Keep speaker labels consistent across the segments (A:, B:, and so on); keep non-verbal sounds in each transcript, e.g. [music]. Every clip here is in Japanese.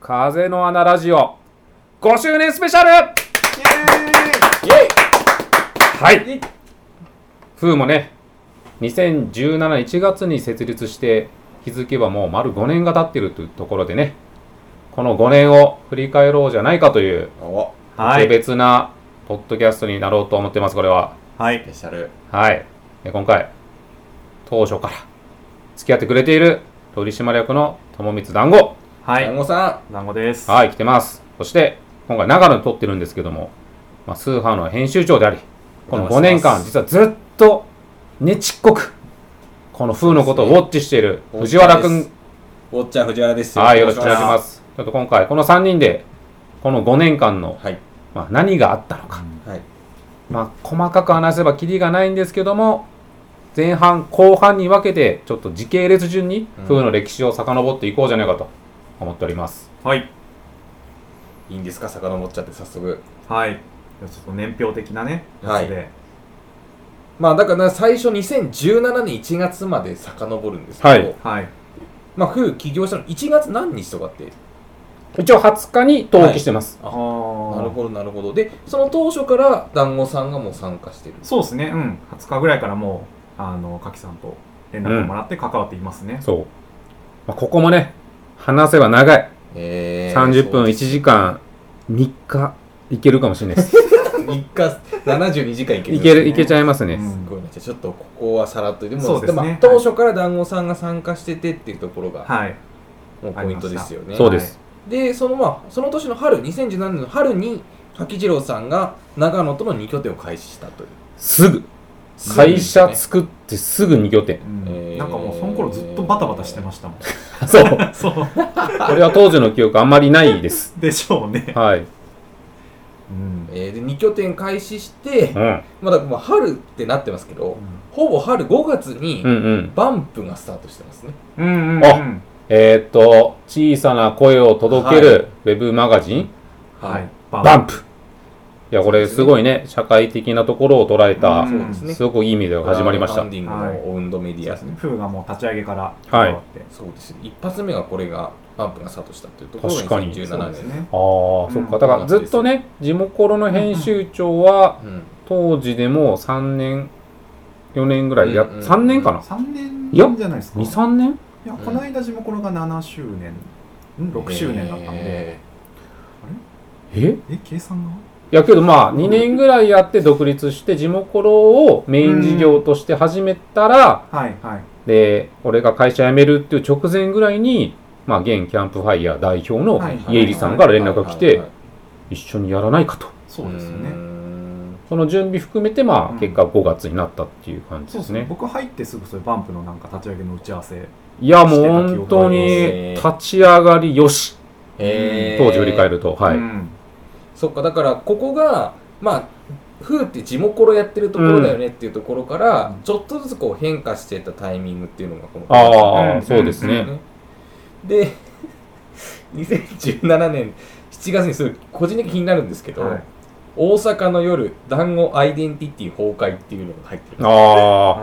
A: 風の穴ラジオ5周年スペシャル
B: イ
A: はい
B: エーイ
A: 風もね20171月に設立して気づけばもう丸5年が経ってるというところでねこの5年を振り返ろうじゃないかという
B: お
A: 特
C: い。
A: 別なポッドキャストになろうと思ってますこれは
C: はい
B: ス。ペシャル
A: はい、え今回当初から付き合ってくれている取締役の友光団子
C: は
B: 団
C: い。
B: 子さ
C: 団子です。
A: はい来てますそして今回長野で撮ってるんですけども、まあ、スーハーの編集長でありこの5年間実はずっとねちっこくこの風のことをウォッチしている
B: ん
A: 藤原君
B: ウォッチャー藤原です
A: はいよろしくお願いし
B: す
A: ますちょっと今回この3人でこの5年間の、
B: はい
A: まあ、何があったのか、
B: はい
A: まあ、細かく話せばキリがないんですけども前半後半に分けてちょっと時系列順に
B: うん
A: 風の歴史を遡っていこうじゃないかと思っております、
C: はい。
B: いいんですか遡っちゃって早速
C: はい。ちょっと年表的なね。
B: はい
C: やつで。
B: まあだから最初2017年1月まで遡るんですけど、
A: はい
C: はい。
B: まあ風起業したの1月何日とかって
A: 一応20日に登記してます、
B: あ
C: あ
B: なる
C: ー。
B: ほどなるほどでその当初から団子さんがもう参加してる
C: そうですね。うん。20日ぐらいからもう、あの、かきさんと連絡をもらって関わっていますね。
A: そう、まあ、ここもね話せば長い
B: え
A: 30分1時間3日いけるかもしれないです
C: [laughs]
B: 3日72時間いける
A: いける
C: ね
A: いけちゃいますね、
C: うん
B: すごいなじゃあちょっとここはさらっとでも
C: そうです
B: ま
C: ね
B: あ当初から団子さんが参加しててっていうところが
C: はい。
B: もうポイントですよね、
A: そうです、
B: でそのまあその年の春2017年の春に柿次郎さんが長野との2拠点を開始したという
A: すぐ会社作ってすぐ2拠点
C: うん
B: えー
C: なんかもうその頃ずっとバタバタしてましたもん。
A: そう。
C: [laughs] そう。
A: これは当時の記憶あんまりない
C: [laughs]
A: です。
C: でしょ
A: [laughs]
C: うね。
A: はい。
C: うん。
B: えーで2拠点開始して
A: う、ん。
B: まあだからまあ春ってなってますけど、ほぼ春5月に
A: うんうん。
B: バンプがスタートしてますね、
C: うんうんうん。
A: えーっと、小さな声を届けるウェブマガジン、
C: はい。
A: バ
C: バ
A: ンプ。いや、これすごいね、社会的なところを捉えた、
C: うん
B: そうですすね
A: ごくいい意味で始まりまし
B: クラウドファン
A: た。
B: ディングのオウンドメデ
C: い
B: ィア、
C: や、フーがもう立ち上げから
A: はい
C: 関わって。
B: そうですね一発目がこれがバンプがスタートしたというところが
A: 確かに
C: そう
B: 2017
C: です
B: 年
A: あ
C: ね。
A: あ、そっか。だからずっとね、地元コロの編集長は、
B: うん
A: 当時でも3年、4年ぐらいや、
B: うんうん
A: 3年かな
C: 3年
A: いや
C: じゃないですか。
A: ?2、3年
C: いや、この間、地元ロが7周年、ん6周年だったんで、
B: え
A: え
C: え、計算が
A: いやけどまあ2年ぐらいやって独立して地元コロをメイン事業として始めたら、
C: はいはい。
A: で俺が会社辞めるっていう直前ぐらいに、まあ、現キャンプファイヤー代表の
C: はい
B: ー
A: 家入さんから連絡が来
B: はいは
A: て
B: いはい
A: 一緒にやらないかと
C: そうですよ
B: うー
C: ね。
B: ん
A: その準備含めてま
C: う
A: あ
C: ん
A: 結果5月になったっていう感じ
C: そ
A: で
C: うですすね
A: ね。、
C: 僕入ってすぐ、それバンプのなんか立ち上げの打ち合わせ。
A: いやもう本当に立ち上がりよし
B: えー
A: 当時振り返ると、は
C: う
A: い
C: ん
B: そっかだからここがまあフーって地元ロやってるところだよねっていうところから、
C: うん
B: ちょっとずつこう変化していったタイミングっていうのがこの
A: ああ、
C: うん
A: そうですね、
B: で [laughs] 2017年7月にすごい個人的に気になるんですけど、
C: はい
B: 大阪の夜団子アイデンティティ崩壊っていうのが入ってる
A: ああ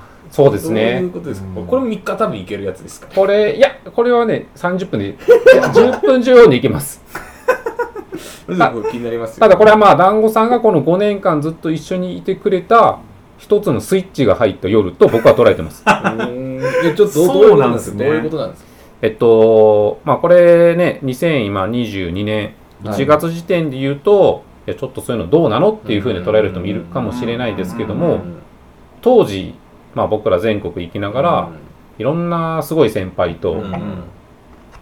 C: あ
A: そうです
B: どうい
A: ね
B: うことですか、
C: うん
B: これも3日多分いけるやつですか
A: これいやこれはね30分でいや10分14でいけ
B: [laughs]
A: ます
B: らこれ気になりますよ
A: ただこれはまあ団子さんがこの5年間ずっと一緒にいてくれた一つのスイッチが入った夜と僕は捉えてます
B: [laughs] うーんいやちょっとど
C: そうう
B: どう
C: ない
B: うんことなん
C: で
B: です
C: す
B: か
C: ね
B: どういうことなんですか
A: えっとまあこれね2022年
B: はい
A: 1月時点で言うと、い、やちょっとそういうのどうなのっていうふうに捉える人もいるかもしれないですけど
C: う
A: も当時まあ僕ら全国行きながらいろんなすごい先輩
B: うん
A: と
B: うんうん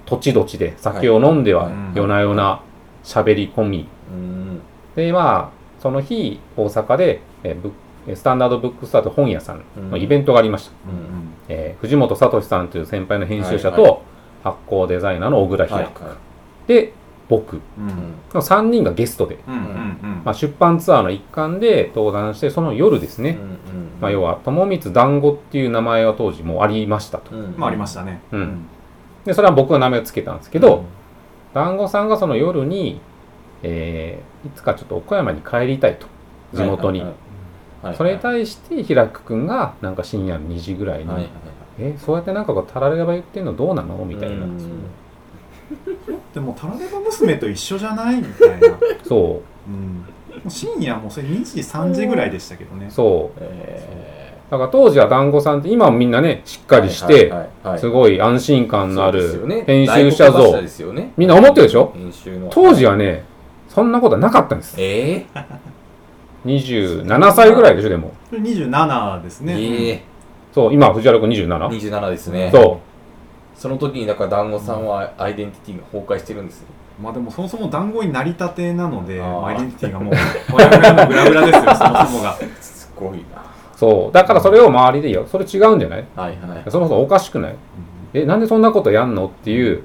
A: 土地土地で酒を飲んでは
B: はい
A: 夜な夜な喋り込み
B: うん
A: でまあその日大阪でえーブッえースタンダードブックスターと本屋さんのイベントがありました、
C: ーうん
A: えー藤本聡さんという先輩の編集者
B: はい
A: と発行デザイナーの小倉平、
B: はい
A: で僕
C: うんうん
B: うん
A: の3人がゲストで、
C: うんうん
A: まあ、出版ツアーの一環で登壇してその夜ですね、まあ、要
B: は、
A: は友光団子っていう名前は当時もうありましたと
B: うん
C: まあありましたね。
A: うんでそれは僕の名前を付けたんですけど、団子さんがその夜に、えーいつかちょっと岡山に帰りたいと地元に、
B: はいはいはい
A: それに対して平久くんがなんか深夜の2時ぐらいに、
B: はいはいはい
A: えそうやってなんかこうタラレバ言ってんのどうなのみたいな、
B: うん
C: ってもうタラレバ娘と一緒じゃないみたいな、
A: そ
C: うん、もう深夜もうそれ2時3時ぐらいでしたけどね
A: う、そう。
B: え
A: だから当時は団子さんって、今はみんなね、しっかりして、すごい安心感のある編集者像、みんな思ってるでしょ
B: 編集の
A: 当時はね、そんなことはなかったんです。
B: えー
A: 27歳ぐらいでしょ、でも。
C: それ27ですね、
B: え
A: そう、今、藤原君
B: ー
A: 27?
B: 27ですね
A: そ
B: その時にだから団子さんはアイデンティティが崩壊してるんですよ
C: まあでもそもそも団子になりたてなので
B: あー
C: アイデンティティがもう我々のグラグラですよそもそもが
B: すご
A: う。
B: いな
A: そう。だからそれを周りで、いや、それ違うんじゃない
B: はいはい
A: そもそもおかしくないえ、なんでそんなことやんのっていう、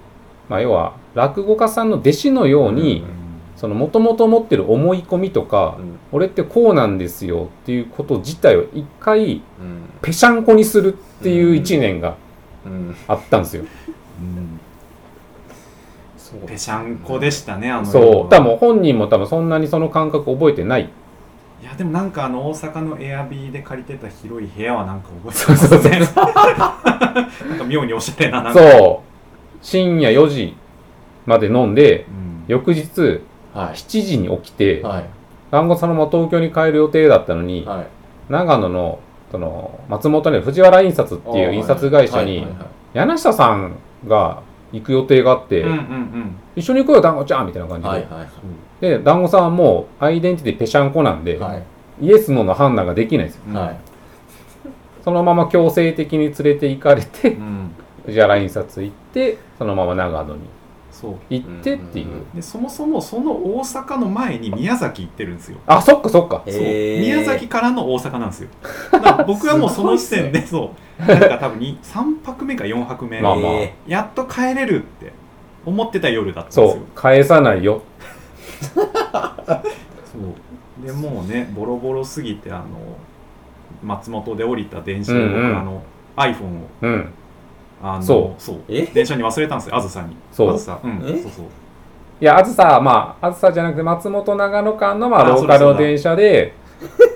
A: まあ、要は、落語家さんの弟子のように、
B: うん
A: その、もともと持ってる思い込みとか、
B: うん
A: 俺ってこうなんですよっていうこと自体を一回、
B: うん
A: ぺしゃんこにするっていう一年が
B: うん
A: あったんですよ。
C: うん
B: そう
C: ぺしゃんこでしたねあの
A: そう。だからもう本人も多分そんなにその感覚覚えてない。
C: いやでもなんかあの大阪のエアビーで借りてた広い部屋はなんか覚えてますね [laughs] なんか妙におしゃれななんか
A: そう。深夜4時まで飲んで、
C: うん
A: 翌日
B: は
A: 7時に起きて
B: い、はい
A: 団子さんも東京に帰る予定だったのに、
B: はい
A: 長野のその松本にある藤原印刷っていう印刷会社
B: は
A: に
B: いはいはい
A: 柳下さんが行く予定があって、
C: うんうんうん
A: 一緒に行こうよ団子ちゃんみたいな感じで、
B: はいはいは
A: で団子さんはもうアイデンティティぺしゃんこなんで、
B: いはい
A: イエスノーの判断ができないんですよ
C: うん
B: はい
A: そのまま強制的に連れて行かれて、 [laughs]
C: うん
A: 藤原印刷行ってそのまま長野に
C: そう
A: 行ってっていう、
B: うんうんうん
C: でそもそもその大阪の前に宮崎行ってるんですよ
A: あそっかそっか
C: そう
B: へー
C: 宮崎からの大阪な
A: [laughs]
C: んですよだから僕はもうその時点でそうなんか多分に3泊目か4泊目、
A: まあまあ
B: え
C: やっと帰れるって思ってた夜だったんです
A: そ
C: よ
A: う返さないよ
C: そうでもうねボロボロすぎてあの松本で降りた電車で
A: うん
C: 僕、
A: うん
C: あの iPhone を
A: うん
C: あの
A: そ
B: え
C: 電車に忘れたんですよあずさに
A: そう
C: あずさうん
B: え
C: そうそう
A: いや、あずさ、まあ、あずさじゃなくて、松本長野間の、まあ、
C: あ
A: ローカルの
C: そうだそうだ
A: 電車で、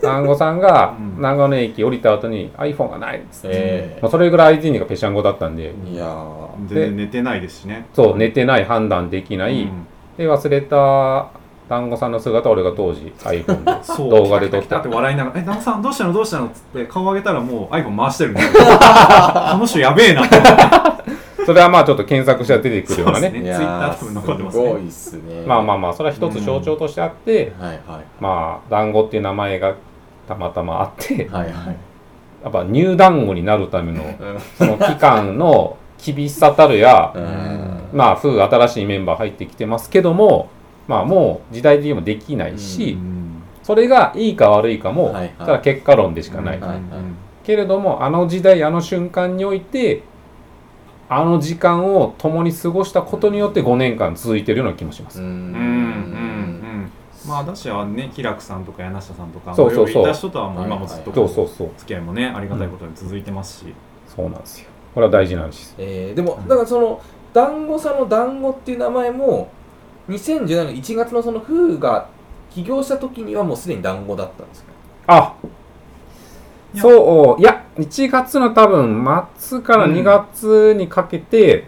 A: 団子さんが
C: [laughs] う、ん
A: 長野駅降りた後に、iPhone がないっつって。
B: え
A: まあ、それぐらい ID がペシャン語だったんで、
B: いやー
C: 全然寝てないですしね
A: そう、寝てない、判断できな
C: う
A: い。
C: ん
A: で、忘れた団子さんの姿、俺が当時、iPhone で。 [laughs]
C: そう
A: 動画で撮った
C: 来来って笑いながら「え旦那さんどうしたのどうしたの?」っつって顔上げたらもう iPhone 回して
A: [laughs]
C: るんでこの人やべえなと思って
A: それはまあ、ちょっと検索したら出てくるような
C: そうで
A: ね。
C: すね
B: いや
C: Twitter
B: ー
C: 多分残ってますすね
B: ごいっすね
A: まあまあまあ、それは一つ象徴としてあって、
B: はいは
A: まあ、団子っていう名前がたまたまあって
B: い、はいはい
A: やっぱ入団子になるための、
B: うん
A: その期間の厳しさたるや、
B: うん
A: まあ、風新しいメンバー入ってきてますけども、まあ、もう時代的にもできないし、
C: うん
A: それがいいか悪いかも、
B: はいはい
A: ただ結果論でしかない、
B: はいはい
A: けれどもあの時代あの瞬間においてあの時間を共に過ごしたことによって5年間続いてるような気もしま
B: う
A: す、
B: ん
C: うんうんうんまあ私はね喜楽さんとか柳下さんとか
A: そうそうそう
C: いろいろいた人とはもう今もずっと
A: そ
C: こ
A: うそううそう
C: 付き合いもねありがたいことに続いてますし、
A: そうなんですよこれは大事な話です
B: えーでもだからその団子さんの団子っていう名前も2017年1月のそのフーが起業した時にはもうすでに団子だったんですか
A: あ
C: いや
A: そういや1月の多分末から2月にかけて、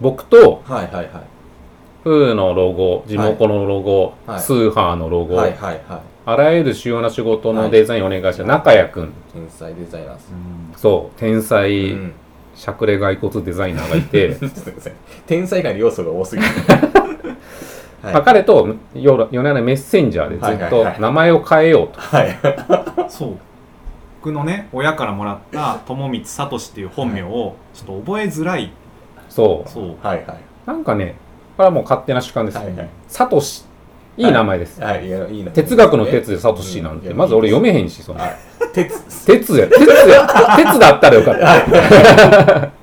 A: 僕と
B: はいはいはい
A: フーのロゴ、地元のロゴ、
B: はい
A: スーハーのロゴ、
B: はいはいはい
A: あらゆる主要な仕事のデザインをお願いした中谷くん、
B: 天才デザイナーです
C: うん
A: そう、天才、
B: うん
A: しゃくれ骸骨デザイナーがいて、
B: ちょっと待ってください天才以外の要素が
A: [laughs]
B: 多すぎる [laughs] は
A: まあ彼と夜夜な夜なメッセンジャーでずっ
B: はいはいは
A: と
B: い
A: 名前を変えようと。
B: はい
C: そう僕のね親からもらった友光聡っていう本名をちょっと覚えづらい
A: そう。
C: そう
B: はいはい
A: なんかね、これはもう勝手な主観です。
B: はいはい
A: サトシ、いい名前です。
B: はいいやいいな
A: 哲学の哲でサトシなん
B: う
A: て、
B: ん
A: まず俺読めへんし、その。
B: はい鉄
A: 鉄や、鉄や、鉄だったらよかった。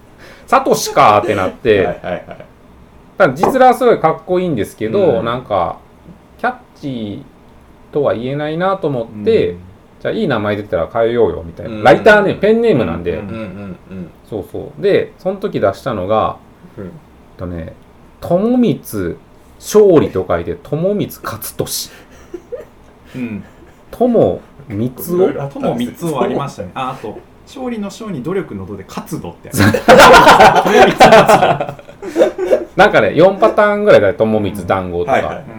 A: [laughs] サトシかーってなって、
B: はいはいはい
A: ただ実らはすごいかっこいいんですけど、
B: うん
A: なんかキャッチーとは言えないなと思って、
C: うん
A: じゃあいい名前出たら変えようよみたいな、
B: うん
A: ライターねペンネームなんで、
C: うん
B: うんうん
A: そうそうでその時出したのが
B: うん
A: えっとね「友光勝利」と書いて「友光勝利」
C: うん
A: 「友光
B: いろいろ
A: を
B: あ
C: とも3つはありましたね。ああと、勝利の勝に努力の度で活動ってある。」
A: なんかね、4パターンぐらいだよ、ともみつ団子とか。
B: はいはい
C: うん
A: こ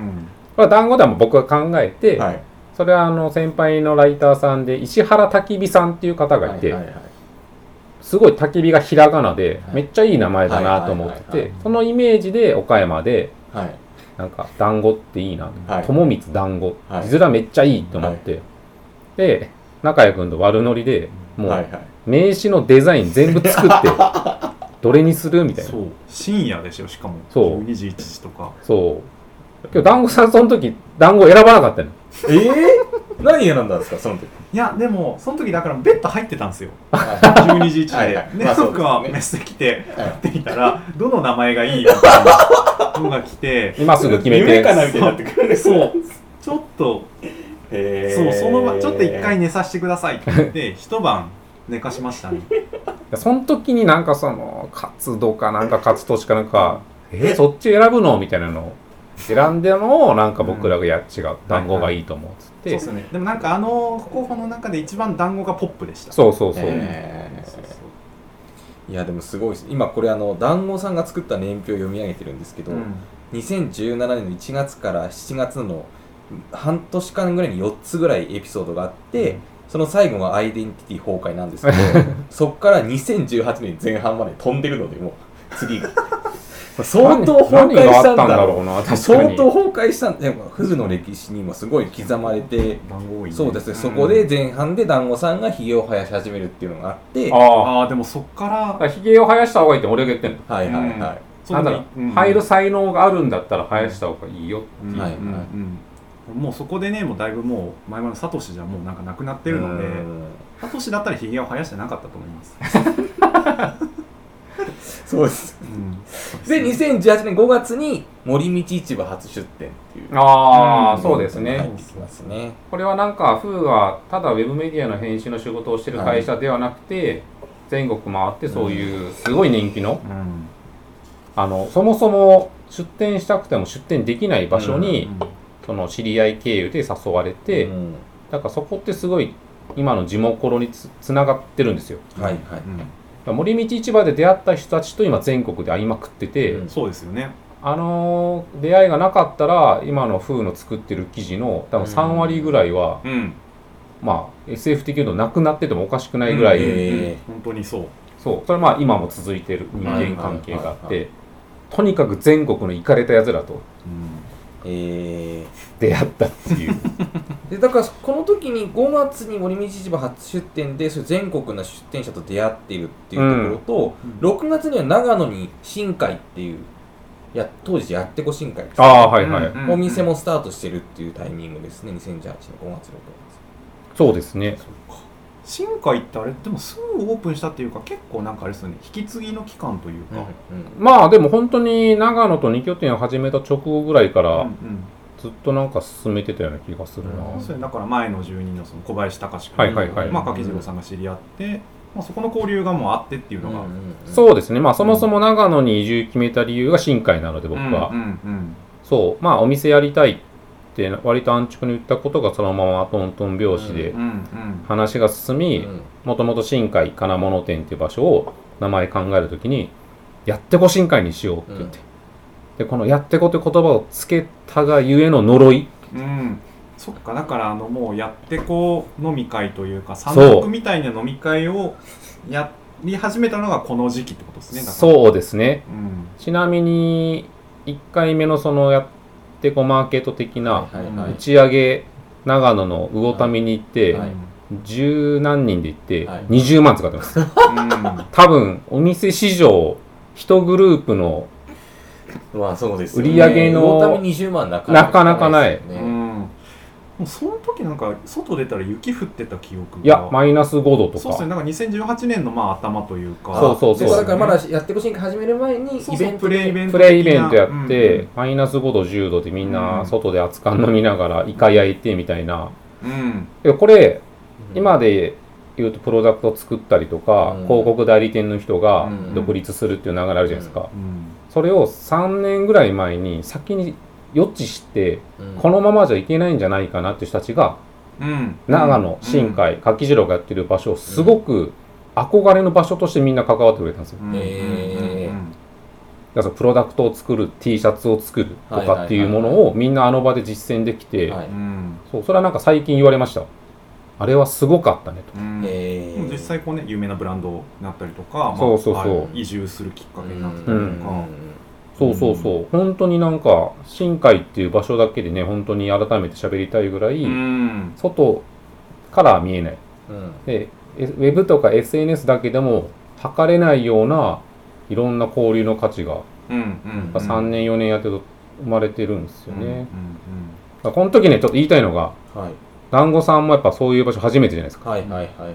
A: れは団子でも僕が考えて、
B: はい
A: それはあの先輩のライターさんで、石原焚き火さんっていう方がいて、
B: はいはいはい
A: すごい焚き火がひらがなで、
B: はい
A: めっちゃいい名前だなと思って
B: はいはいはい
A: て、そのイメージで岡山で、
B: はい
A: なんか団子っていいな
B: はい
A: 友光団子
B: はい
A: 字面めっちゃいいと思って、で中谷君と悪ノリでも
B: は
A: う
B: いはい
A: 名刺のデザイン全部作って
B: [laughs]
A: どれにするみたいな
C: そう深夜でしょしかも
A: そう
C: 12時1時とか
A: そう今日団子さんその時団子選ばなかったの
B: えー、 [laughs] 何選んだんですかその時
C: いやでもその時だからベッド入ってたんですよ
B: は
C: 12時1時で、
B: はいはい
C: で、
B: まあそうですね
C: 僕はメス来て
B: い
C: やってみたらどの名前がいいみたいなのが来て
A: 今すぐ決め
B: 夢かな
A: て
B: みたいになってくるんです
C: そうちょっと、
B: へ
C: そうその場ちょっと一回
B: ね
C: 寝させてくださいって言って一晩寝かしましたね
A: その時になんかその活動かなんか活動しかなんかえーそっち選ぶのみたいなのを選んでのをなんか僕らがいや違う団子がいいと思うっつって、
C: そうっすねでもなんかあの候補の中で一番団子がポップでした
A: そうそうそう、
B: え
C: そうそう
B: ーいやでもすごいです今これあの団子さんが作った年表を読み上げてるんですけど、
C: うん
B: 2017年の1月から7月の半年間ぐらいに4つぐらいエピソードがあって、その最後がアイデンティティ崩壊なん [laughs] ですけどそこから2018年前半まで飛んでるのでもう次が [laughs] 相当崩
A: 何
B: 壊
A: が
B: し
A: あ
B: た
A: っ
B: ん
A: たんだ
B: だろう
A: ろうな確かに
B: 相当崩壊したんでもフグの歴史にもすごい刻まれて
C: 団子多いね
B: そうですね、
C: ん
B: そこで前半で団子さんがひげを生やし始めるっていうのがあってはい
A: ああ。
C: ああでもそっから
A: ひげを生やした方がいいって俺が言ってんの。
B: はいはい、
A: なんだろう、入る才能があるんだったら生やした方がいいよ。
C: うん
B: はい
C: うん
B: はい
C: うんもうそこでねもうだいぶもう前々のサトシじゃもうなんかなくなってるので
B: うん
C: サトシだったらヒゲを生やしてなかったと思います、
B: そうです
C: うん
B: で2018年5月に森道市場初出店っていう
A: ああ、
C: うん
A: そうです
B: 入っ
A: ね。
B: てきますね
A: これはなんか、フーがただウェブメディアの編集の仕事をしてる会社ではなくて、全国回ってそういうすごい人気の、
C: うん
A: あの、そもそも出店したくても出店できない場所
C: う
A: に、
C: ん、
A: その知り合い経由で誘われて、
B: うん
A: だからそこってすごい今の地元ロにつつながってるんですよ。
B: はいはいう
C: ん
A: だから森道市場で出会った人たちと今全国で会いまくってて、
B: うん
C: そうですよね
A: あのー出会いがなかったら今の風の作ってる記事の多分3割ぐらいは、
C: うん
A: まあ SF 的に言うとなくなっててもおかしくないぐらい、
B: うんえー
C: 本当にそう
A: そうそれまあ今も続いてる人間関係があって、
B: はいはいはいは
A: とにかく全国の行かれたやつらと
B: え
A: 出会ったっていう
B: ー、でだからこの時に5月に森道市場初出店でそれ全国の出店者と出会っているっていうところと、
C: うん
B: 6月には長野に新海っていうや当時やってこ新海です
A: ああはいはい、
C: うん
B: お店もスタートしてるっていうタイミングですね、2018年5月6
A: そうですね
C: 新海ってあれでもすぐオープンしたっていうか結構なんかあれですよね引き継ぎの期間という
B: 月
C: か、。
A: まあでも本当に長野と2拠点を始めた直後ぐらいか
C: うん
A: ら
C: うん
A: ずっとなんか進めてたような気がするな、
B: うん
C: そうだから前の住人のその小林隆君、
A: はいはいはい
C: まあ、掛次郎さんが知り合って、まあ、そこの交流がもうあってっていうのが、
B: う
A: そうですねまあそもそも長野に移住決めた理由が新海なので僕は、
C: うんうん
A: そうまあお店やりたいって割と安直に言ったことがそのままトントン拍子で
C: うんうん
A: 話が進
B: う
A: み
B: ん
A: もともと新海金物店っていう場所を名前考えるときにやってこ新海にしようって言って、でこのやってこって言葉をつけたがゆえの呪い
C: うんうんそっかだからあのもうやってこう飲み会というか
A: う
C: 三角みたいな飲み会をやり始めたのがこの時期ってことですねだからう、
A: そうですね
C: うん、
A: ちなみに1回目のそのやってこマーケット的な
B: はいは
A: 打
B: い
A: ち上げ長野の魚民に行って
B: はい
A: 十何人で行って
B: はい
A: 20万使ってます
C: うん
A: 多分お店史上一グループの
B: まあそうですよ
A: 売り上げの
B: 大谷20万なか
A: なかなかない
B: ですよ
C: う
B: ね
C: んもうその時なんか外出たら雪降ってた記憶が
A: いやマイナス5度と
C: そうですね
A: か
C: なんか2018年のまあ頭というか
A: そうそうそう
B: でだからまだやってこ進化始める前に
C: そう
B: イ
C: そう
B: ベント
C: プレイイベ
B: で
C: ン
A: プ
C: ト的な
A: レイイベントやっ
C: うん
A: てマイナス5度10度でみん
C: う
A: なん外で熱燗飲みながらイカ焼いてみたいな
C: うん
A: いやこれ今で言うとプロダクト作ったりとか
B: うん
A: 広告代理店の人が
B: うん
A: 独立するっていう流れあるじゃないですか
C: うん
A: それを3年ぐらい前に先に予知して
B: うん
A: このままじゃいけないんじゃないかなっていう人たちが
C: うん
A: 長野、新海、柿次郎がやってる場所をすごく憧れの場所としてみんな関わってくれたんですよ。
C: うん
B: えー
C: うん
A: からそのプロダクトを作る T シャツを作るとかっていうも
B: はいはい
A: のをみんなあの場で実践できて、
B: はい
C: うん
A: そうそれはなんか最近言われましたあれはすごかったねと
C: うん
B: え
C: 実際こうね有名なブランドになったりとか、まあ
A: そうそうそう
C: あの移住するきっかけになったりと
A: う
C: か、
A: んそうそうそう、本当になんか深海っていう場所だけでね本当に改めて喋りたいぐらい、
C: うん
A: 外からは見えない
B: うん
A: でえウェブとか SNS だけでも測れないようないろんな交流の価値が
C: うんうん
A: 3年4年やってると生まれてるんですよね、
C: うんう
A: だ
C: ん
A: からこの時ねちょっと言いたいのが
B: はい
A: 団子さんもやっぱそういう場所初めてじゃないですか
B: はいはいはいはいはい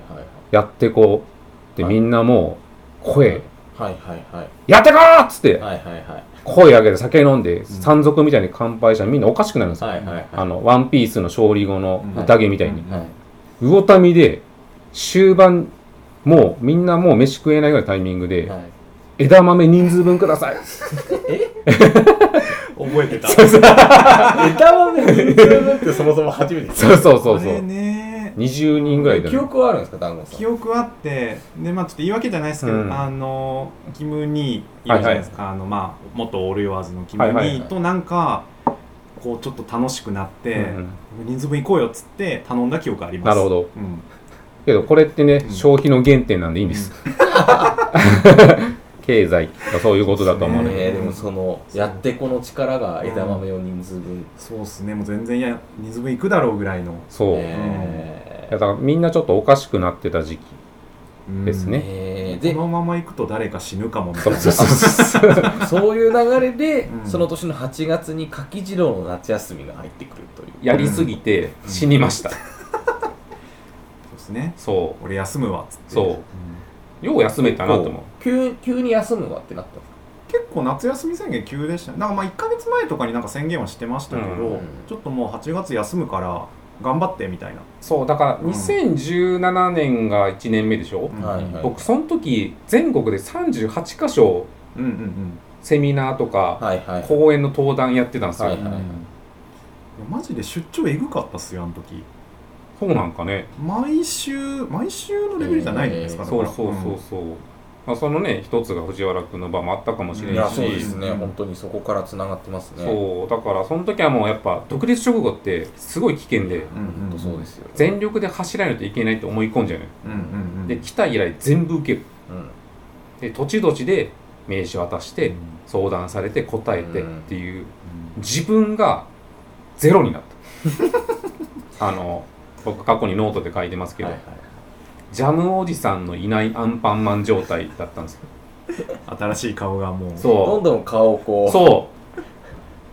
A: やってこうって
B: はい
A: みんなもう声、
B: はいはいはい
A: やってこーっつって
B: はいはいはい
A: 声上げて酒飲んで山賊みたいに乾杯したらみんなおかしくなるんですよ、
B: はいはい
A: あのワンピースの勝利後の
C: うん
A: 宴みたいに、
C: うん
B: はい
A: 魚民で終盤もうみんなもう飯食えないぐらいのタイミングで、
B: はい
A: 枝豆人数分ください
C: うん覚えてた
B: 枝豆人数分ってそもそも初めて [laughs] です
A: そうそうそう
C: あ
A: そ
C: れ
A: う
C: ね
A: 20人ぐらいだ
B: 記
A: ね
B: 憶はあるんですか団子さん
C: 記憶あってでまあちょっと言い訳じゃないですけど、
A: うん
C: あのキム・ニーいるじゃないですか、あのまあ元オール・ヨアーズのキム・ニ
A: はいはい
B: は
C: ー
B: い
C: となんかこうちょっと楽しくなって、
A: うん
C: 人数分行こうよっつって頼んだ記憶あります
A: なるほど
C: うん
A: けどこれってね、
C: ん
A: 消費の原点なんでいいんです、経済がそういうことだと思うね
C: そう
B: えーでもそのやってこの力が枝豆を人数分
C: そうっすねもう全然いや人数分行くだろうぐらいの、
A: そう、
B: え
A: いやだからみんなちょっとおかしくなってた時期
C: うん
A: ですね
B: えー
C: こ
B: で
C: のまま行くと誰か死ぬかもみた
A: そ
C: いうな
A: そうそうそう
B: そういう流れで
C: うん
B: その年の8月に柿次郎の夏休みが入ってくるという
A: やりすぎて死にました、
C: そうですね
A: そ
C: 俺休むわっつって
A: そうんうよう休めたなと思う
B: 急急に休むわってなったんですか
C: 結構夏休み宣言急でしたねなんかまあ1か月前とかになんか宣言はしてましたけど、
A: うん
C: ちょっともう8月休むから頑張ってみたいな、
A: そうだから
C: うん
A: 2017年が1年目でしょ、
C: うん
B: はいはい
A: 僕その時全国で38箇所
C: うんうんうん
A: セミナーとか
B: はいはい
A: 講演の登壇やってたんですよ、
B: はいはいはい
C: マジで出張えぐかったっすよあの時
A: そうなんかね
C: 毎週毎週のレベルじゃないじゃないですか、
B: えー
C: だ
A: そ
C: か
A: う
C: ら
A: そうそうそう、まあ、そのね一つが藤原君の場もあったかもしれ
B: い
A: な
B: や
A: いし、
B: そうですね、
C: うん
B: 本当にそこからつながってますね。
A: そうだからその時はもうやっぱ独立直後ってすごい危険で
C: うんうん
B: 本当そうですよ。
A: 全力で走らないといけないと思い込んじゃうのよ
C: うんうんうん
A: で来た以来全部受ける
B: うん、
A: で土地土地で名刺渡して
C: うん
A: 相談されて答えてっ
B: うん
A: ていう自分がゼロになった [laughs] あの僕過去にノートで書いてますけど、
B: はいはい
A: ジャムおじさんのいないアンパンマン状態だったんですよ
C: 新しい顔がもう
B: どん
A: そ
B: どん顔をこ
A: う
B: う、
A: そ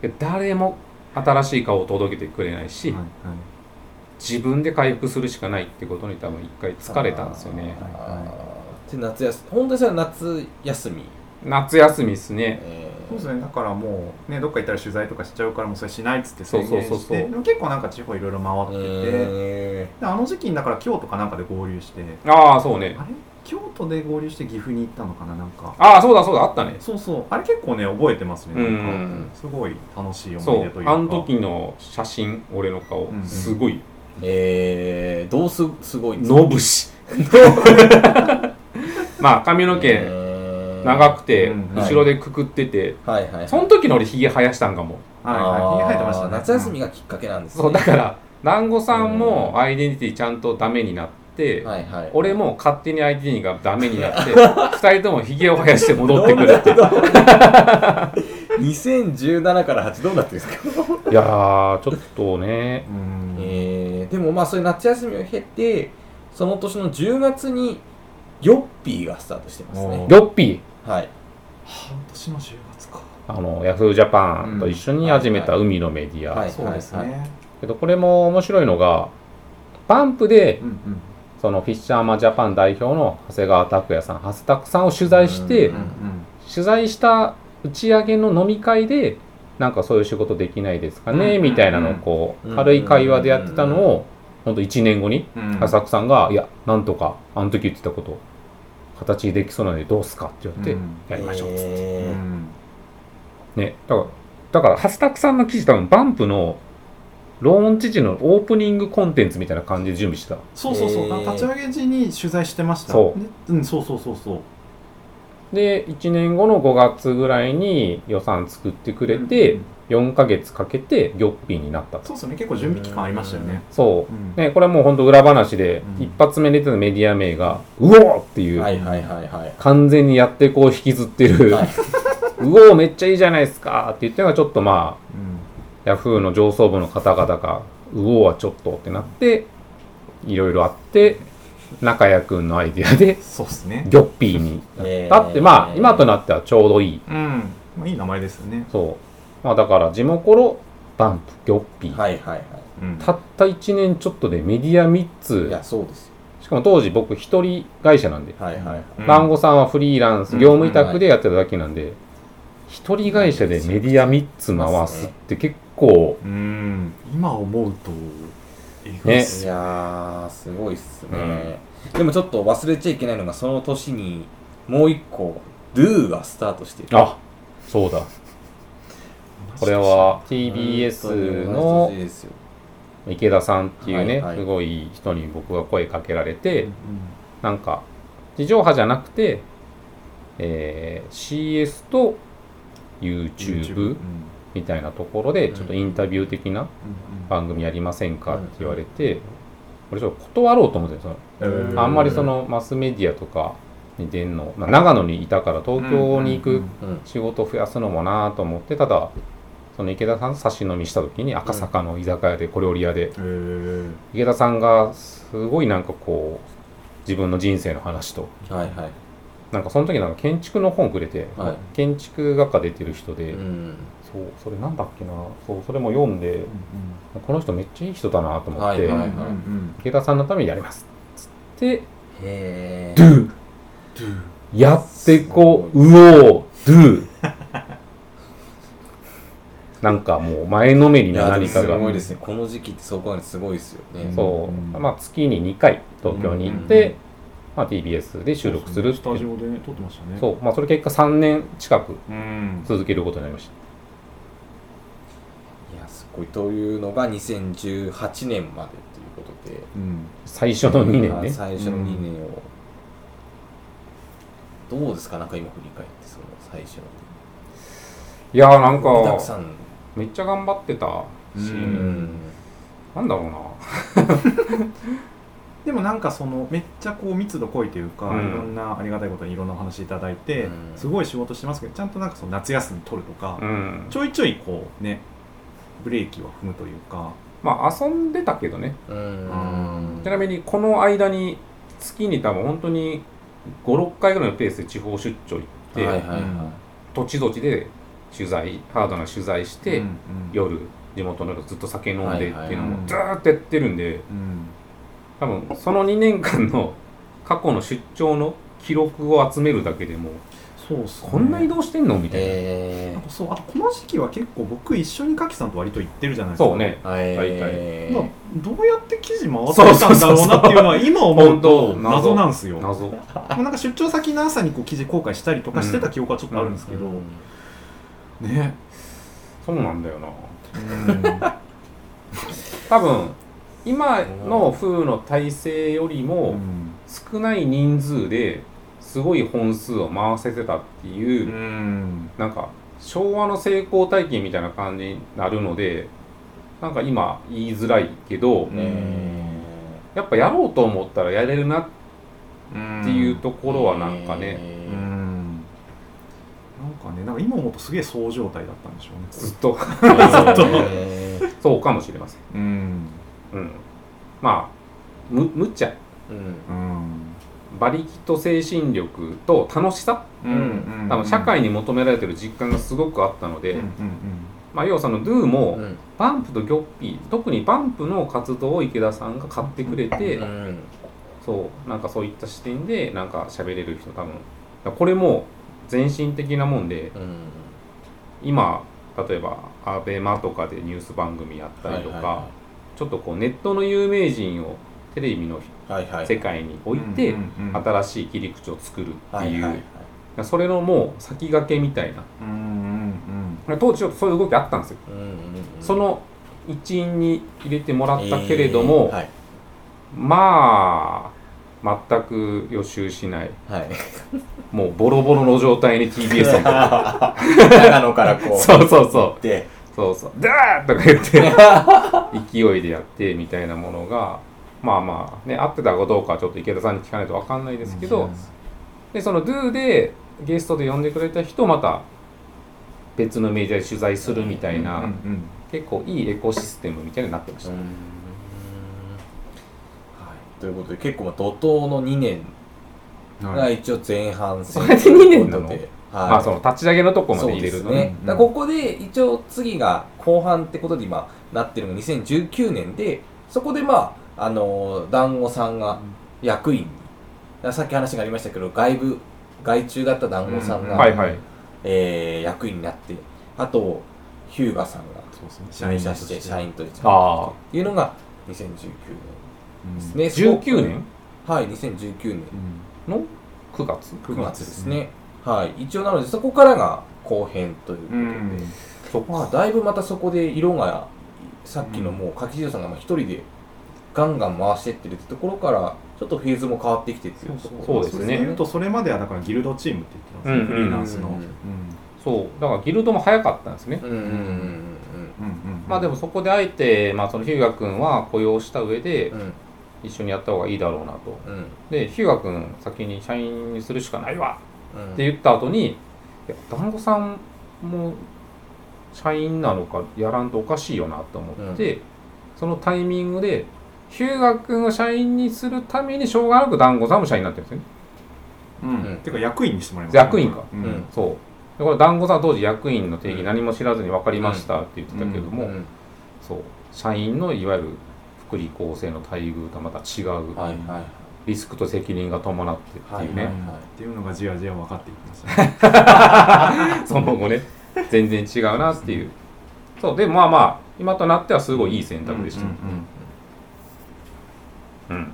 A: う誰も新しい顔を届けてくれないし、
C: はいはい
A: 自分で回復するしかないってことに多分一回疲れたんですよね
B: あーで夏休み、本当にそれは夏休み。
A: 夏休みですね
B: えー
C: そうですねだからもうねどっか行ったら取材とかしちゃうからもうそれしないっつって
A: そう
C: 宣
A: そう
C: 言
A: そう
C: し
A: そう
C: てでも結構なんか地方いろいろ回ってて、
B: え
C: であの時期にだから京都かなんかで合流して
A: ああそうね
C: あれ京都で合流して岐阜に行ったのかななんか
A: ああそうだそうだあったね
C: そうそうあれ結構ね覚えてますね
A: う
C: なんか
A: ん
C: すごい楽しい思
A: そ
C: い出
A: う
C: というか
A: あの時の写真俺の顔
C: うんうん
A: すごい
B: ーえー、どうすすごいんですか
A: ノブ
C: [laughs]
A: シまあ髪の毛
B: えー
A: 長くて
C: うん
A: 後ろでくくってて
B: はいはい。
A: その時の俺ひげ生やしたんかも
C: はいはい
B: あー
C: 生えてましたね
B: 夏休みがきっかけなんですね。
A: そうだから団子さんもアイデンティティちゃんとダメになって
B: はいはい。
A: 俺も勝手にアイデンティティがダメにな
B: [laughs]
A: って二人ともひげを生やして戻ってくるっていう
B: 2017から8どうなってるん
C: [laughs]
B: ですか
A: いやーちょっとね
C: うん
B: えーでもまあそういう夏休みを経てその年の10月にヨッピーがスタートしてますね
C: お
A: ヨッピー
B: はい
C: 半年の10月か
A: あのヤフージャパンと一緒に始めた
B: う
A: 海のメディア、
B: はい
C: そうです
B: はい
C: ね
A: けどこれも面白いのがバンプで
C: うんうん
A: そのフィッシャーマンジャパン代表の長谷川拓也さん長谷拓さんを取材して、
B: うん
A: 取材した打ち上げの飲み会でなんかそういう仕事できないですかね、
C: うん
A: みたいなのをこう、
B: うん
A: 軽い会話でやってたのを、ほんと1年後に
C: うんうん
A: 浅草さんが「いやなんとかあの時言ってたこと形にできそうなのでどうすか」って言われて
C: うん
A: 「やりましょう」っつって、
C: う
B: え
C: ん
A: ねだからだからハスタクさんの記事多分バンプのローン知事のオープニングコンテンツみたいな感じで準備してた
C: そうそうそう、
B: えー
C: 立ち上げ時に取材してました
A: そう
C: でうんそうそうそうそう
A: でで1年後の5月ぐらいに予算作ってくれて、4ヶ月かけてギョッピーになったと
C: そうですね結構準備期間ありましたよね、
A: そう
C: うん
A: ね、これはもう本当裏話で、
C: うん
A: 一発目に出てたメディア名が、うおーっていう、
B: はいはいはいはい
A: 完全にやってこう引きずってる、
B: は
A: うおーめっちゃいいじゃないですかって言ったのがちょっとまあ、
C: うん
A: ヤフーの上層部の方々が、うおーはちょっとってなって、いろいろあって、中谷くんのアイディアで、
C: そうですね
A: ギョッピーになったって、
B: えー
A: まあ、今となってはちょうどいい。
C: うん、まあ、いい名前ですよね、
A: そう。まあだから、地元のバンプ、ギョッピー。
B: はいはいは
C: うん、
A: たった1年ちょっとでメディア3
B: いい
A: つ
B: や、そうですよ
A: しかも当時僕一人会社なんで、
B: はいはいはい
C: うん
A: 番号さんはフリーランス、
C: うん
A: 業務委託でやってただけなんで、一人会社でメディア3つ回すって結構、
C: うん今思うとえぐいっ
A: ね
B: い
C: すよ
B: やーすごいっすね、でもちょっと忘れちゃいけないのがその年にもう一個 Do がスタートしてる
A: あそうだ、これは
B: 本当に
A: TBS
B: 同
A: の
B: じ年ですよ
A: 池田さんっていうね、
B: はいはい
A: すごい人に僕が声かけられ
C: う
A: て
C: ん、
A: なんか、地上波じゃなくて、えー CS と YouTube
C: うん
A: みたいなところで、ちょっとインタビュー的な
C: うん
A: 番組やりませんかっ
B: うん
A: て言われて、俺ちょっと断ろうと思ってたの
C: うん
A: あんまりそのマスメディアとかに出んの、まあ、長野にいたから東京に行
C: うんう
A: く
C: ん
B: うん
A: 仕事増やすのもなぁと思ってただその池田さんと差し飲みした時に赤坂の居酒屋で小料理屋で
C: うんへ
A: 池田さんがすごいなんかこう自分の人生の話と
B: はいはい
A: なんかその時なんか建築の本くれて、
B: はい
A: 建築学科出てる人で、
B: うん
A: そうそれなんだっけなそうそれも読んで
C: えうん
A: この人めっちゃいい人だなと思って、
B: はいはい
C: うんうん
A: 池田さんのためにやりますつって
B: へえ
A: やってこう、うおう、ドゥ。なんかもう前のめり
B: い
A: な
B: や
A: 何
B: でも
A: か
B: す
A: が。
B: ごいですねこの時期ってそこまですごいですよね
A: そうう。
C: ん
A: まあ月に2回東京に行っ
C: うんうんう
A: て
C: ん、
A: まあ TBS で収録するって
C: スタジオでね撮ってましたね
A: そう。まあそれ結果3年近く
C: うん
A: 続けることになりまし
B: いやすごいというのが2018年までということで
C: うん
A: た。最初の2年
B: まあ
A: ね。
B: 最初の2年を、どうですかなんか今振り返ってその最初の
A: いやーなん
B: 盛りだくさ
A: か、
B: ん
A: めっちゃ頑張ってたし、
B: う
C: う
B: んん
A: なんだろうな。
C: でもなんかそのめっちゃこう密度濃いというか、
A: うん
C: いろんなありがたいことにいろんなお話いただいて、
B: うん
C: すごい仕事してますけどちゃんとなんかその夏休み取るとか、
A: うん
C: ち。ょいちょいこうねブレーキを踏むというか
A: まあ遊んでたけどね。
B: うん
A: ちなみにこの間に月に多分本当に5、6回ぐらいのペースで地方出張行って、
B: はいはい
C: うん
B: は
A: 土地土地で取材ハードな取材して、
C: うんうん
A: 夜地元の人ずっと酒飲んでっていうの
C: はいはいはい
A: もずーっとやってるんで
C: うん
A: 多分その2年間の過去の出張の記録を集めるだけでも
C: そうっすね
A: こんな移動してんのみ
B: い
A: たいな、
B: え
C: なんかそうあとこの時期は結構僕一緒にカキさんと割と行ってるじゃないですか
A: そうね
B: ー、え
C: まあ
B: ー、
C: どうやって記事回ってたんだろうなっていうのは今思うと
A: 本当
C: 謎
A: 謎
C: なんですよも
A: 謎
C: うなんか出張先の朝にこう記事公開したりとかしてた記憶はちょっとあるんですけど、
B: うん
C: ね、
A: そうなんだよな多分今の風の体制より
C: う
A: も
C: ん
A: 少ない人数ですごい本数を回せてたっていう、
C: うん
A: なんか昭和の成功体験みたいな感じになるのでなんか今言いづらいけど、
C: ん
B: え
A: やっぱやろうと思ったらやれるなっ
C: うん
A: ていうと
B: ー
A: ころはなんかね、
C: う
B: えー
C: んなんかねなんか今思うとすげえそう状態だったんでしょうね
A: ずっと [laughs]
B: えー
A: そうかもしれません、
C: うん
A: うん、まあむ無茶
B: うん
C: うん
A: 馬力と精神力と楽しさ
B: ん
A: 多分社会に求められてる実感がすごくあったので、
C: うんうん
A: まあ、要はその Do も、
B: うん
A: バンプとギョッピー特にバンプの活動を池田さんが買ってくれて、
B: うん
A: そうなんかそういった視点でなんか喋れる人多分これも全身的なもんで
B: うん
A: 今例えばアベマとかでニュース番組やったりとか、
B: は
A: ちょっとこうネットの有名人をテレビの
B: いはいはいはい
A: 世界に
C: うん
A: 置いて、
C: うんうんうん
A: 新しい切り口を作るっていう、
B: はいはい
A: それのもう先駆けみたいな
C: うんうん
A: 当時ちょっとそういう動きあったんですよ、
B: うんうんうん
A: その一員に入れてもらったけれども、
B: えーはい
A: まあ全く予習しない
B: はい。
A: もうボロボロの状態に
B: [laughs]
A: TBS に
B: 長野からこ
A: [laughs]
B: う。
A: そうそうそう
B: で、
A: そうそう「ダー!」とか言って勢いでやってみたいなものがまあまあね合ってたかどうかはちょっと池田さんに聞かないと分かんないですけどでその「Do」でゲストで呼んでくれた人をまた別のメディアで取材するみたいな、
C: うんうん
A: 結構いいエコシステムみたいになってまし
B: う
A: た、
B: んはいということで、結構まあ怒涛の2年
C: うん
B: が一応前半戦
A: それで二年なの
B: ということではい。
A: まあその立ち上げのとこまで入れる
B: そ
A: と
B: うです
A: ね
B: ね。だからここで一応次が後半ってことで今なってるのが2019年で、そこでまあ、あのー団子さんが役員に、だからさっき話がありましたけど、外部、外注だった団子さん
C: う
B: が、
C: ん
A: はいはい
B: えー役員になって、あと、ヒューガさんが
C: そうですね
B: 入社して、社員として、っ
A: ああ
B: ていうのが2019年
C: うん
B: ですね。そこ
A: 19年
B: はい、2019年
C: うん
A: の9月
C: 九
B: 9月
C: 月
B: で
C: ですす
B: ね
C: ね。
B: はい、一応なので、そこからが後編ということ
C: う
B: で。
C: ん
A: そっ
B: まあ、だいぶまたそこで色がさっきのもう柿次郎さんがまあ一人でガンガン回してってるってところからちょっとフェーズも変わってきてっていうところ
A: そうですね
C: れ言うとそれまではだからギルドチームって言って
A: うん
C: たんですね、フリーランスの、
B: う
C: うんん
A: そうだからギルドも早かったんですね、
B: うんうんうん
C: うんうん
A: まあでもそこであえて、まあ、その日向君は雇用した上で
B: うん
A: 一緒にやった方がいいだろうなと
B: うんうん
A: で日向君先に社員にするしかないわ
B: うん
A: って言った後にいや団子さんも社員なのかやらんとおかしいよなと思って、そのタイミングで日向君を社員にするためにしょうがなく団子さんも社員になってるんですよね
C: うん
B: うん
C: てか役員にしてもらいます
A: 役員か
C: うん
B: うん
A: そうでこれ団子さんは当時役員の定義何も知らずに分かりましたって言ってたけども、
B: うん
A: そう社員のいわゆる福利厚生の待遇とはまた違う、
B: はいはい
A: リスクと責任が伴ってっていうね、
B: はいはい
C: っていうのがじわじわ分かっていきました
A: [laughs]
C: ね
A: その後ね全然違うなっていうそうでまあまあ今となってはすごいいい選択でした
C: うんうん
A: うん、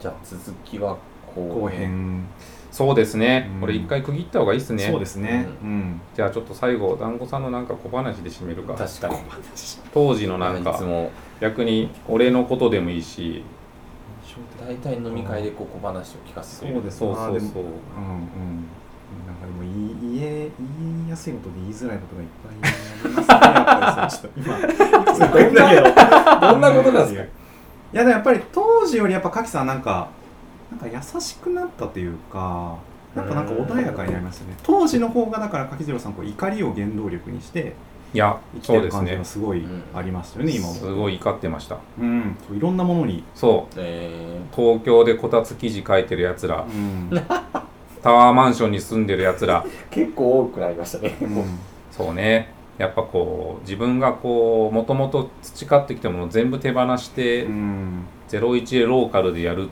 B: じゃあ続きは
C: うん
B: 後
C: 後編、
A: そうですね、
C: うん
A: これ一回区切った方がいいっすね
C: そうですね、うん
A: じゃあちょっと最後団子さんのなんか小話で締めるか
B: 確かに
A: 当時のな
B: なんんかいつ
A: か
B: も
A: 逆に俺のことでもいいし
B: 大体飲み会でこう小話を聞かせて
C: そうです
A: そうそう
C: あー
A: そう
C: うんうんなんかでも言い言え言いやすいことで言いづらいことがいっぱいありますねやっぱりそうちょっと今すごいんだけど
B: どんなことなんですか
C: いやでもやっぱり当時よりやっぱ柿さんなんかなんか優しくなったというかやっぱなんか穏やかになりましたね当時の方がだから柿次郎さんこう怒りを原動力にして
A: いや
C: 生き
A: そ
C: て
A: うで
C: る
A: す
C: 感じ
A: ね
C: がすごいありましたよね、今も
A: すごい怒ってました
C: うんそういろんなものに、
A: そう
B: え
A: 東京でこたつ記事書いてるやつら
C: うん
A: タワーマンションに住んでるやつら
B: ー結構多くなりましたね
A: そうねやっぱこう自分がこうもともと培ってきたものを全部手放して、
C: うん
A: 01でローカルでやる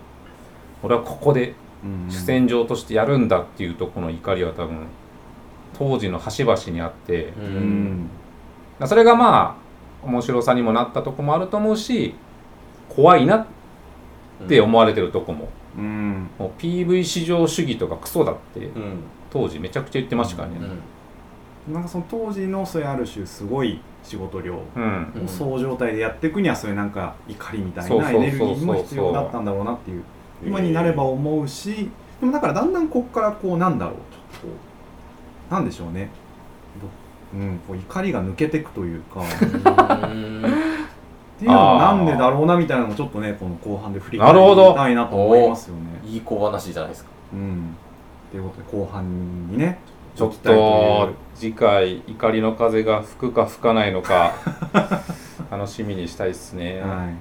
A: 俺はここで
C: うん
A: 主戦場としてやるんだっていうとこの怒りは多分当時の端々にあって
B: う
C: うんん
A: それがまあ面白さにもなったとこもあると思うし怖いなって思われてるとこも
C: うん
A: もう PV 市場主義とかクソだって
B: うん
A: 当時めちゃくちゃ言ってましたから
B: う
A: ね
B: ん
C: なんかその当時のそういうある種すごい仕事量
A: うん、
B: うん
C: そう状態でやっていくにはそういうなんか怒りみたい
A: そうそう
C: な
A: そ
C: エ
A: うそう
C: ネルギーも必要だったんだろうなっていう今になれば思うしでもだからだんだんここからこうなんだろうちょっとなんでしょうねどうん、こう怒りが抜けていくという
A: [laughs]
C: かっていうのもなんでだろうなみたいなのもちょっとねこの後半で振り返
A: なるほど
C: りたいなと思いますよね。
B: いい小話じゃないですか。
C: うん、ということで後半にね
A: ちょっ
C: 行きたい
A: と
C: いう
A: 次回怒りの風が吹くか吹かないのか楽しみにしたいですね、
C: はい、